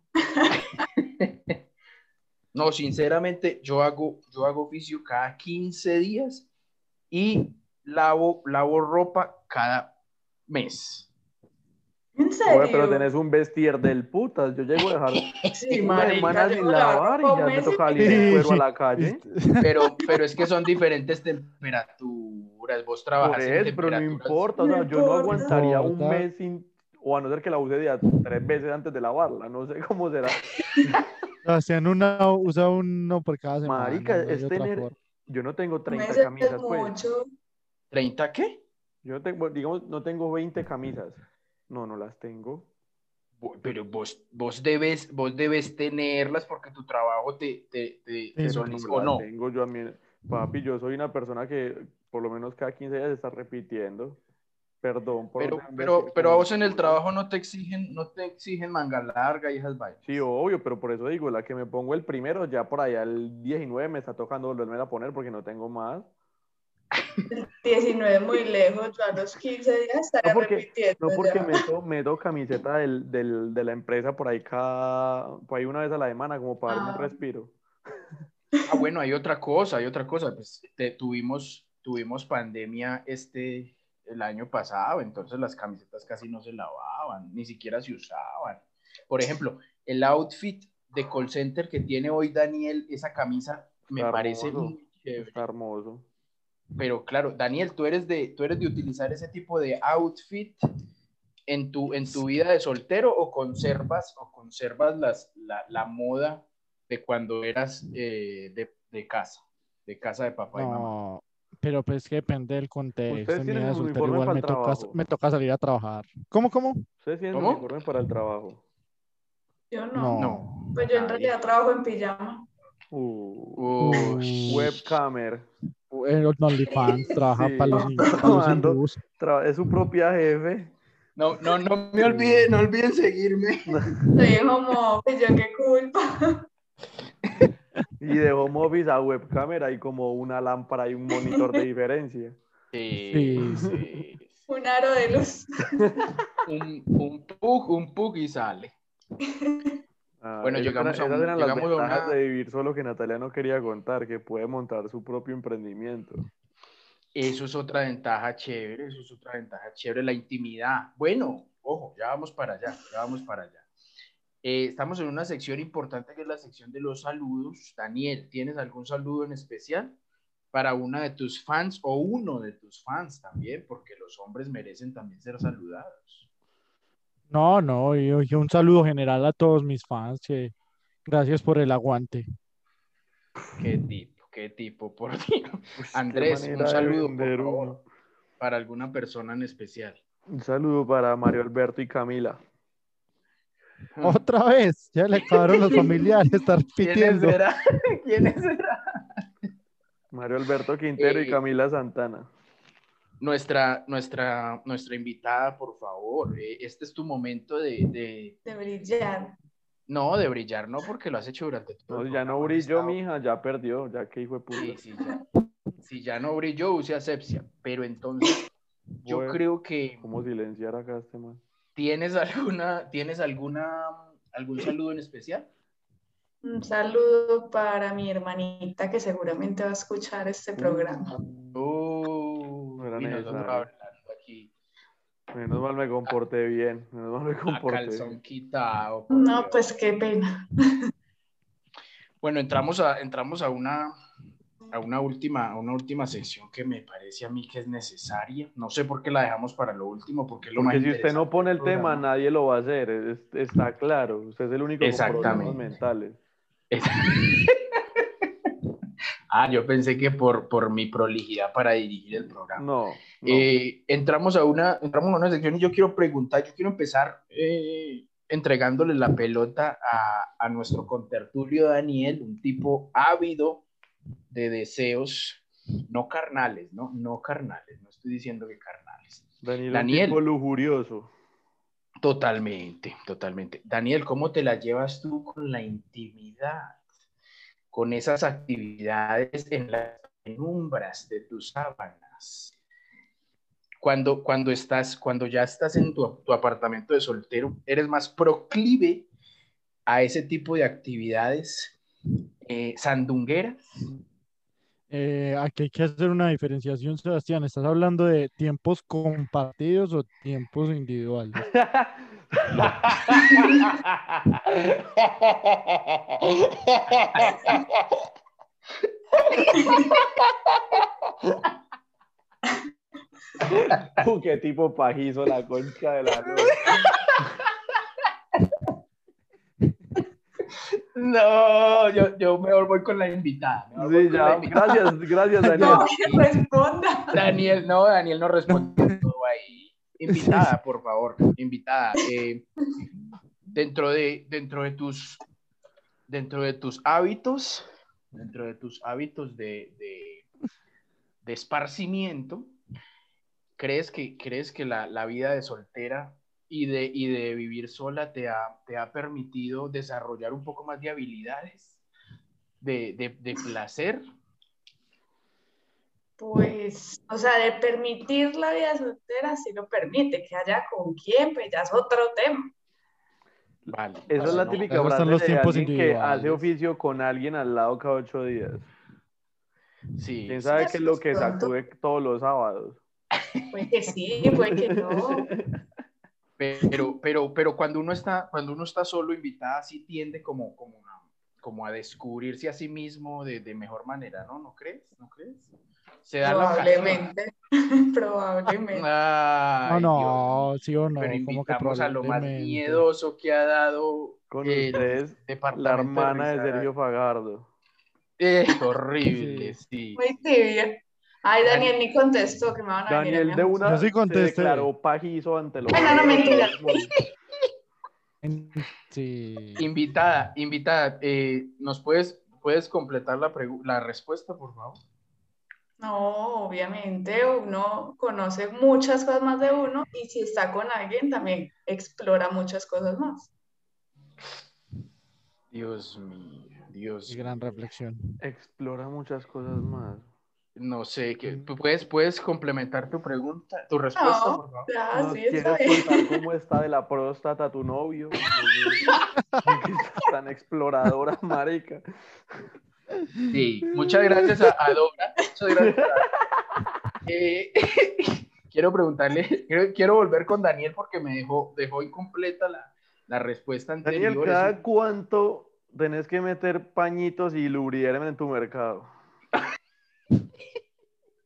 Speaker 5: No, sinceramente, yo hago, yo hago oficio cada 15 días y lavo, lavo ropa cada mes.
Speaker 4: ¿En
Speaker 2: Joder, pero
Speaker 4: serio?
Speaker 2: tenés un vestir del putas. Yo llego a dejar
Speaker 4: Sí,
Speaker 2: una semana
Speaker 4: marica, yo
Speaker 2: sin
Speaker 4: no la
Speaker 2: lavar y
Speaker 4: ropa
Speaker 2: ya
Speaker 4: un
Speaker 2: me
Speaker 4: mes
Speaker 2: toca
Speaker 4: y-
Speaker 2: salir de cuero a la calle.
Speaker 5: Pero, pero es que son diferentes temperaturas. Vos
Speaker 2: Por
Speaker 5: trabajas en
Speaker 2: eso, pero no
Speaker 5: temperaturas.
Speaker 2: importa. O sea,
Speaker 4: No
Speaker 2: yo no
Speaker 4: importa.
Speaker 2: aguantaría un
Speaker 3: Importa.
Speaker 2: mes sin. O a no ser que la use de a tres veces antes de lavarla. No sé cómo será.
Speaker 3: Hacían una, usa uno por cada semana.
Speaker 2: Marica,
Speaker 3: no hay
Speaker 2: es
Speaker 3: otra
Speaker 2: tener-
Speaker 3: forma.
Speaker 2: Yo no tengo
Speaker 4: Un
Speaker 2: 30
Speaker 4: mes es
Speaker 2: camisas, pues.
Speaker 4: mucho.
Speaker 5: ¿30 qué?
Speaker 2: Yo no tengo, digamos, no tengo 20 camisas. No, no las tengo.
Speaker 5: Bo- Pero vos, vos, debes, vos debes tenerlas porque tu trabajo te, te, te, te
Speaker 3: Eso
Speaker 2: Pero
Speaker 5: solic-
Speaker 2: no
Speaker 5: o
Speaker 2: las
Speaker 5: no.
Speaker 2: Tengo yo a mí, papi, yo soy una persona que por lo menos cada 15 días está repitiendo. Perdón por
Speaker 5: Pero,
Speaker 2: tener un
Speaker 5: pero,
Speaker 2: vestir
Speaker 5: pero a
Speaker 2: como
Speaker 5: vos en el
Speaker 2: culo.
Speaker 5: trabajo no te exigen, no te exigen manga larga y esas vainas.
Speaker 2: Sí, obvio, pero por eso digo, la que me pongo el primero, ya por allá el 19 me está tocando volverme a poner porque no tengo más.
Speaker 4: 19 muy lejos, yo a los 15 días estaré
Speaker 2: No, porque-
Speaker 4: repitiendo.
Speaker 2: No
Speaker 5: Pues
Speaker 2: porque
Speaker 4: ya.
Speaker 2: meto, meto camiseta del, del- de la empresa por ahí cada, por ahí una vez a la semana, como para darme un
Speaker 4: Ah.
Speaker 2: respiro.
Speaker 5: Ah, bueno, hay otra cosa, hay otra cosa. Pues te- tuvimos, tuvimos pandemia este el año pasado, entonces las camisetas casi no se lavaban, ni siquiera se usaban. Por ejemplo, el outfit de call center que tiene hoy Daniel, esa camisa me
Speaker 2: Está
Speaker 5: parece
Speaker 2: hermoso.
Speaker 5: muy chévere.
Speaker 2: Está hermoso.
Speaker 5: Pero claro, Daniel, tú eres de, tú eres de utilizar ese tipo de outfit en tu, en tu vida de soltero o conservas, o conservas las, la, la moda de cuando eras eh, de, de casa, de casa de papá y mamá.
Speaker 7: No, pero pues que depende del contexto.
Speaker 2: Ustedes
Speaker 7: en mi
Speaker 2: tienen
Speaker 7: vida
Speaker 2: un
Speaker 7: soltera
Speaker 2: uniforme
Speaker 7: igual
Speaker 2: para
Speaker 7: me
Speaker 2: el
Speaker 7: toca,
Speaker 2: trabajo.
Speaker 7: me toca salir a trabajar.
Speaker 3: ¿Cómo, cómo?
Speaker 2: Ustedes tienen
Speaker 5: ¿Cómo?
Speaker 2: uniforme para el trabajo.
Speaker 4: Yo no.
Speaker 7: No.
Speaker 5: No.
Speaker 4: Pues yo en
Speaker 5: Nadie.
Speaker 4: realidad trabajo en pijama.
Speaker 2: Uh,
Speaker 5: Ush.
Speaker 2: webcamer.
Speaker 7: En los Uh, OnlyFans trabaja
Speaker 2: Sí.
Speaker 7: para los niños, para los
Speaker 2: Trabajando.
Speaker 7: hindús.
Speaker 2: Tra- es su propia jefe.
Speaker 5: No, no, no me olviden, no olviden seguirme.
Speaker 4: Soy como, pues yo qué culpa.
Speaker 2: Y de home office a webcamer hay como una lámpara y un monitor de diferencia.
Speaker 5: Sí,
Speaker 7: Sí.
Speaker 5: sí.
Speaker 4: Un aro de luz.
Speaker 5: Un, un pug, un pug y sale.
Speaker 2: Ah,
Speaker 5: Bueno,
Speaker 2: esas
Speaker 5: llegamos
Speaker 2: eran-
Speaker 5: a un-
Speaker 2: esas eran las
Speaker 5: llegamos a una-
Speaker 2: ventajas de vivir solo que Natalia no quería contar, que puede montar su propio emprendimiento.
Speaker 5: Eso es otra ventaja chévere, eso es otra ventaja chévere, la intimidad. Bueno, ojo, ya vamos para allá, ya vamos para allá. Eh, estamos en una sección importante que es la sección de los saludos. Daniel, ¿tienes algún saludo en especial para una de tus fans o uno de tus fans también? Porque los hombres merecen también ser saludados.
Speaker 7: No, no, y, y un saludo general a todos mis fans. que gracias por el aguante.
Speaker 5: Qué tipo, qué tipo, por Dios.
Speaker 2: Ush, qué
Speaker 5: Andrés, un
Speaker 2: manera de
Speaker 5: saludo,
Speaker 2: vender
Speaker 5: por favor,
Speaker 2: uno.
Speaker 5: para alguna persona en especial.
Speaker 2: Un saludo para Mario Alberto y Camila.
Speaker 5: Mm.
Speaker 7: Otra vez, ya le acabaron los familiares, está
Speaker 5: ¿Quiénes
Speaker 7: repitiendo.
Speaker 5: será? ¿Quiénes será?
Speaker 2: Mario Alberto Quintero
Speaker 5: Eh,
Speaker 2: y Camila Santana.
Speaker 5: Nuestra, nuestra, nuestra invitada, por favor, eh, este es tu momento de, de-
Speaker 4: De brillar.
Speaker 5: no, de brillar, no, porque lo has hecho durante todo
Speaker 2: No,
Speaker 5: el
Speaker 2: Pues ya no
Speaker 5: programa,
Speaker 2: brilló,
Speaker 5: has
Speaker 2: mija, ya perdió, ya que hijo de puta.
Speaker 5: estado- Sí, sí, ya. Si ya no brilló, use asepsia, pero entonces yo
Speaker 2: Bueno.
Speaker 5: creo que
Speaker 2: ¿Cómo silenciar acá a este man?
Speaker 5: tienes alguna, tienes alguna, algún saludo en especial.
Speaker 4: Un saludo para mi hermanita que seguramente va a escuchar este programa.
Speaker 5: Oh,
Speaker 2: No era
Speaker 5: y nosotros
Speaker 2: necesario.
Speaker 5: hablando aquí
Speaker 2: Menos mal me comporté bien, menos mal me
Speaker 5: a
Speaker 2: comporté.
Speaker 5: calzón quitado. por
Speaker 4: No,
Speaker 5: Dios.
Speaker 4: pues qué pena.
Speaker 5: Bueno, entramos a, entramos a una, a una última, a una última sección que me parece a mí que es necesaria. No sé por qué la dejamos para lo último, porque es lo más
Speaker 2: Porque si usted
Speaker 5: interesante
Speaker 2: no pone el
Speaker 5: del
Speaker 2: tema,
Speaker 5: programa.
Speaker 2: nadie lo va a hacer, es- está claro. Usted es el único con problemas
Speaker 5: Exactamente.
Speaker 2: mentales.
Speaker 5: Ah, yo pensé que por, por mi prolijidad para dirigir el programa.
Speaker 2: No, no.
Speaker 5: Eh, entramos, a una, entramos a una sección y yo quiero preguntar, yo quiero empezar eh, entregándole la pelota a, a nuestro contertulio Daniel, un tipo ávido de deseos, no carnales, no, no carnales, no estoy diciendo que carnales.
Speaker 2: Daniel,
Speaker 5: Daniel.
Speaker 2: Daniel. tipo lujurioso.
Speaker 5: Totalmente, totalmente. Daniel, ¿cómo te la llevas tú con la intimidad? Con esas actividades en las penumbras de tus sábanas. Cuando, cuando, estás, cuando ya estás en tu, tu apartamento de soltero, eres más proclive a ese tipo de actividades eh, sandungueras.
Speaker 7: Eh, aquí hay que hacer una diferenciación, Sebastián. ¿Estás hablando de tiempos compartidos o tiempos individuales?
Speaker 5: Ah.
Speaker 2: Uh, qué tipo pajizo la concha de la luz.
Speaker 5: No, yo, yo mejor voy con la invitada. mejor voy
Speaker 2: Sí,
Speaker 5: con la
Speaker 2: ya.
Speaker 5: invitada.
Speaker 2: Gracias, gracias, Daniel.
Speaker 4: No, que responda.
Speaker 5: Daniel, no, Daniel no responde todo ahí. Invitada, por favor, invitada. eh, dentro, de, dentro, de tus, dentro de tus hábitos, dentro de tus hábitos de, de, de esparcimiento, ¿crees que, crees que la, la vida de soltera y de, y de vivir sola te ha, te ha permitido desarrollar un poco más de habilidades, de, de, de placer?
Speaker 4: Pues, o sea, de permitir la vida soltera, si lo permite, que haya con quién, pues ya es otro tema.
Speaker 5: Vale.
Speaker 2: Eso es la
Speaker 5: no.
Speaker 2: típica
Speaker 7: Esos son
Speaker 2: frase
Speaker 7: los
Speaker 2: de
Speaker 7: tiempos
Speaker 2: alguien que
Speaker 7: individuales.
Speaker 2: hace oficio con alguien al lado cada ocho días.
Speaker 5: Sí.
Speaker 2: ¿Quién sabe
Speaker 4: sí,
Speaker 2: qué es lo que
Speaker 4: sí, pronto.
Speaker 2: sacude todos los sábados?
Speaker 4: Puede que sí, puede que no.
Speaker 5: Pero, pero, pero cuando uno está, cuando uno está solo, invitada, sí tiende como, como, a, como a descubrirse a sí mismo de, de mejor manera, ¿no? ¿No crees? ¿No crees? Se da la ocasión.
Speaker 4: Probablemente,
Speaker 5: Ah,
Speaker 4: probablemente.
Speaker 5: Ay, Dios
Speaker 7: no, no, sí o no.
Speaker 5: pero
Speaker 7: como que
Speaker 5: invitamos a lo más
Speaker 7: probablemente.
Speaker 5: miedoso que ha dado
Speaker 2: Con
Speaker 5: el
Speaker 2: ustedes, la
Speaker 5: Eh, departamento
Speaker 2: hermana de
Speaker 5: Risaralda.
Speaker 2: Sergio Fagardo.
Speaker 5: Eh, horrible, sí.
Speaker 4: Muy tibia. Ay, Daniel ni contestó que me van a
Speaker 2: Daniel
Speaker 4: venir. a
Speaker 2: de una
Speaker 7: Yo sí
Speaker 2: se
Speaker 7: contesté.
Speaker 2: declaró pajizo ante los
Speaker 4: Ay, no, no, mentira.
Speaker 7: En- Sí.
Speaker 5: Invitada, invitada, eh, ¿nos puedes, puedes completar la, pregu- la respuesta, por favor?
Speaker 4: No, obviamente uno conoce muchas cosas más de uno y si está con alguien también explora muchas cosas más.
Speaker 5: Dios mío, Dios.
Speaker 7: Gran reflexión.
Speaker 2: Explora muchas cosas más.
Speaker 5: No sé, que,
Speaker 7: Mm.
Speaker 5: ¿tú ¿puedes, puedes complementar tu pregunta, tu respuesta,
Speaker 4: No.
Speaker 5: por favor?
Speaker 4: Ya,
Speaker 2: ¿Nos
Speaker 4: Ah, sí,
Speaker 2: quieres
Speaker 4: está
Speaker 2: contar
Speaker 4: bien.
Speaker 2: cómo está de la próstata tu novio? Porque estás Tan exploradora, marica.
Speaker 5: Sí, muchas gracias a, a Dora. Muchas gracias a- Eh, quiero preguntarle, quiero, quiero volver con Daniel porque me dejó, dejó incompleta la, la respuesta anterior.
Speaker 2: Daniel,
Speaker 5: Es un-
Speaker 2: ¿cada cuánto tenés que meter pañitos y lubrierme en tu mercado?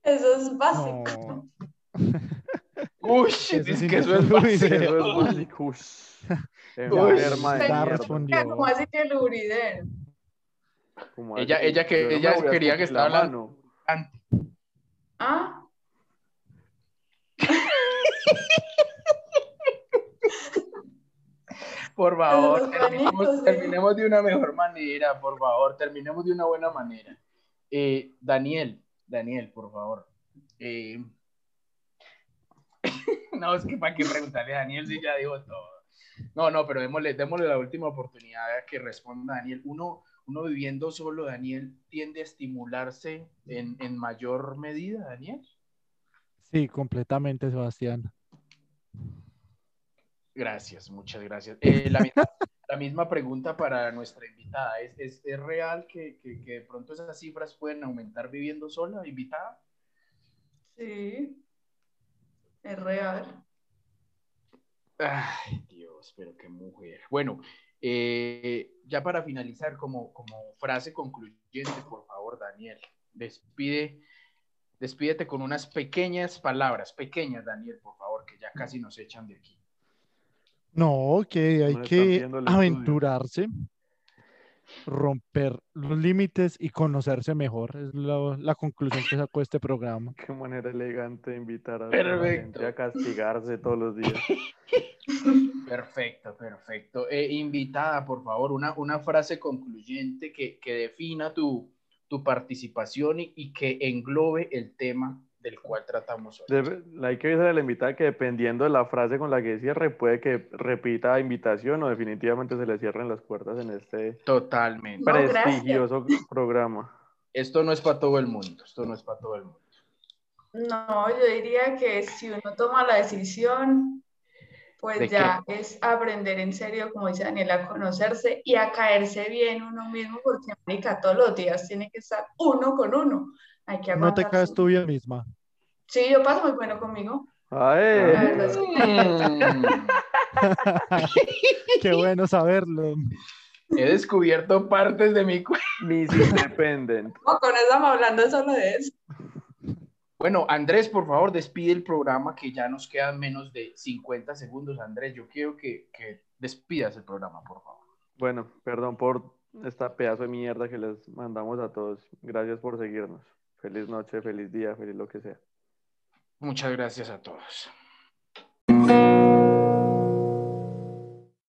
Speaker 4: Eso es básico.
Speaker 7: No.
Speaker 5: Uy,
Speaker 7: Eso
Speaker 5: es
Speaker 7: sí
Speaker 5: que
Speaker 7: no
Speaker 5: eso es
Speaker 7: lo
Speaker 5: fácil.
Speaker 7: hice.
Speaker 2: Eso es básico. Ush.
Speaker 5: Uy,
Speaker 2: Enferma de
Speaker 4: está
Speaker 2: mierda.
Speaker 7: respondiendo.
Speaker 4: Mira, como así que lubrider.
Speaker 2: Como
Speaker 5: Ella-
Speaker 2: así,
Speaker 5: ella que-
Speaker 2: yo no me
Speaker 5: ella
Speaker 2: voy a
Speaker 5: quería que
Speaker 2: escupir la
Speaker 5: estaba hablando.
Speaker 2: mano.
Speaker 4: ¿Ah?
Speaker 5: Por
Speaker 4: Los
Speaker 5: favor,
Speaker 4: manitos,
Speaker 5: terminemos,
Speaker 4: sí.
Speaker 5: terminemos de una mejor manera, por favor, terminemos de una buena manera. Eh, Daniel, Daniel, por favor. Eh, no, es que para qué preguntarle a Daniel si ya dijo todo. No, no, pero démosle, démosle la última oportunidad a que responda Daniel. Uno, uno viviendo solo, Daniel, tiende a estimularse en, en mayor medida, Daniel.
Speaker 7: Sí, completamente, Sebastián.
Speaker 5: Gracias, muchas gracias. Eh, la, mi- la misma pregunta para nuestra invitada. ¿Es, es, es real que, que- que de pronto esas cifras pueden aumentar viviendo sola, invitada?
Speaker 4: Sí. Es real.
Speaker 5: Ay, Dios, pero qué mujer. Bueno, eh, ya para finalizar, como, como frase concluyente, por favor, Daniel, despide, despídete con unas pequeñas palabras, pequeñas, Daniel, por favor, que ya casi nos echan de aquí.
Speaker 7: No, que hay
Speaker 2: están
Speaker 7: que
Speaker 2: viendo el estudio.
Speaker 7: aventurarse, romper los límites y conocerse mejor. Es la, la conclusión que sacó este programa.
Speaker 2: Qué manera elegante de invitar a la
Speaker 5: Perfecto.
Speaker 2: gente a castigarse todos los días.
Speaker 5: Perfecto, perfecto. Eh, invitada, por favor, una, una frase concluyente que, que defina tu, tu participación y, y que englobe el tema del cual tratamos hoy.
Speaker 2: Debe- hay que avisar a la invitada que dependiendo de la frase con la que cierre, puede que repita invitación o definitivamente se le cierren las puertas en este
Speaker 5: Totalmente.
Speaker 4: No, gracias.
Speaker 2: prestigioso programa.
Speaker 5: Esto no es para todo el mundo, esto no es para todo el mundo.
Speaker 4: No, yo diría que si uno toma la decisión, pues
Speaker 5: ¿De
Speaker 4: ya es aprender en serio, como dice Daniel, a conocerse y a caerse bien uno mismo, porque marica, todos los días tiene que estar uno con uno. Hay que
Speaker 7: No te
Speaker 4: aguantarse.
Speaker 7: caes tú bien misma.
Speaker 4: Sí, yo paso muy bueno conmigo. La verdad
Speaker 2: ¡Ay!
Speaker 4: es que
Speaker 7: Qué bueno saberlo.
Speaker 5: Mm. He descubierto partes de mi cuerpo.
Speaker 2: Miss Independent.
Speaker 4: no, con eso estamos hablando solo de eso.
Speaker 5: Bueno, Andrés, por favor, despide el programa que ya nos quedan menos de 50 segundos. Andrés, yo quiero que, que despidas el programa, por favor.
Speaker 2: Bueno, perdón por esta pedazo de mierda que les mandamos a todos. Gracias por seguirnos. Feliz noche, feliz día, feliz lo que sea.
Speaker 5: Muchas gracias a todos.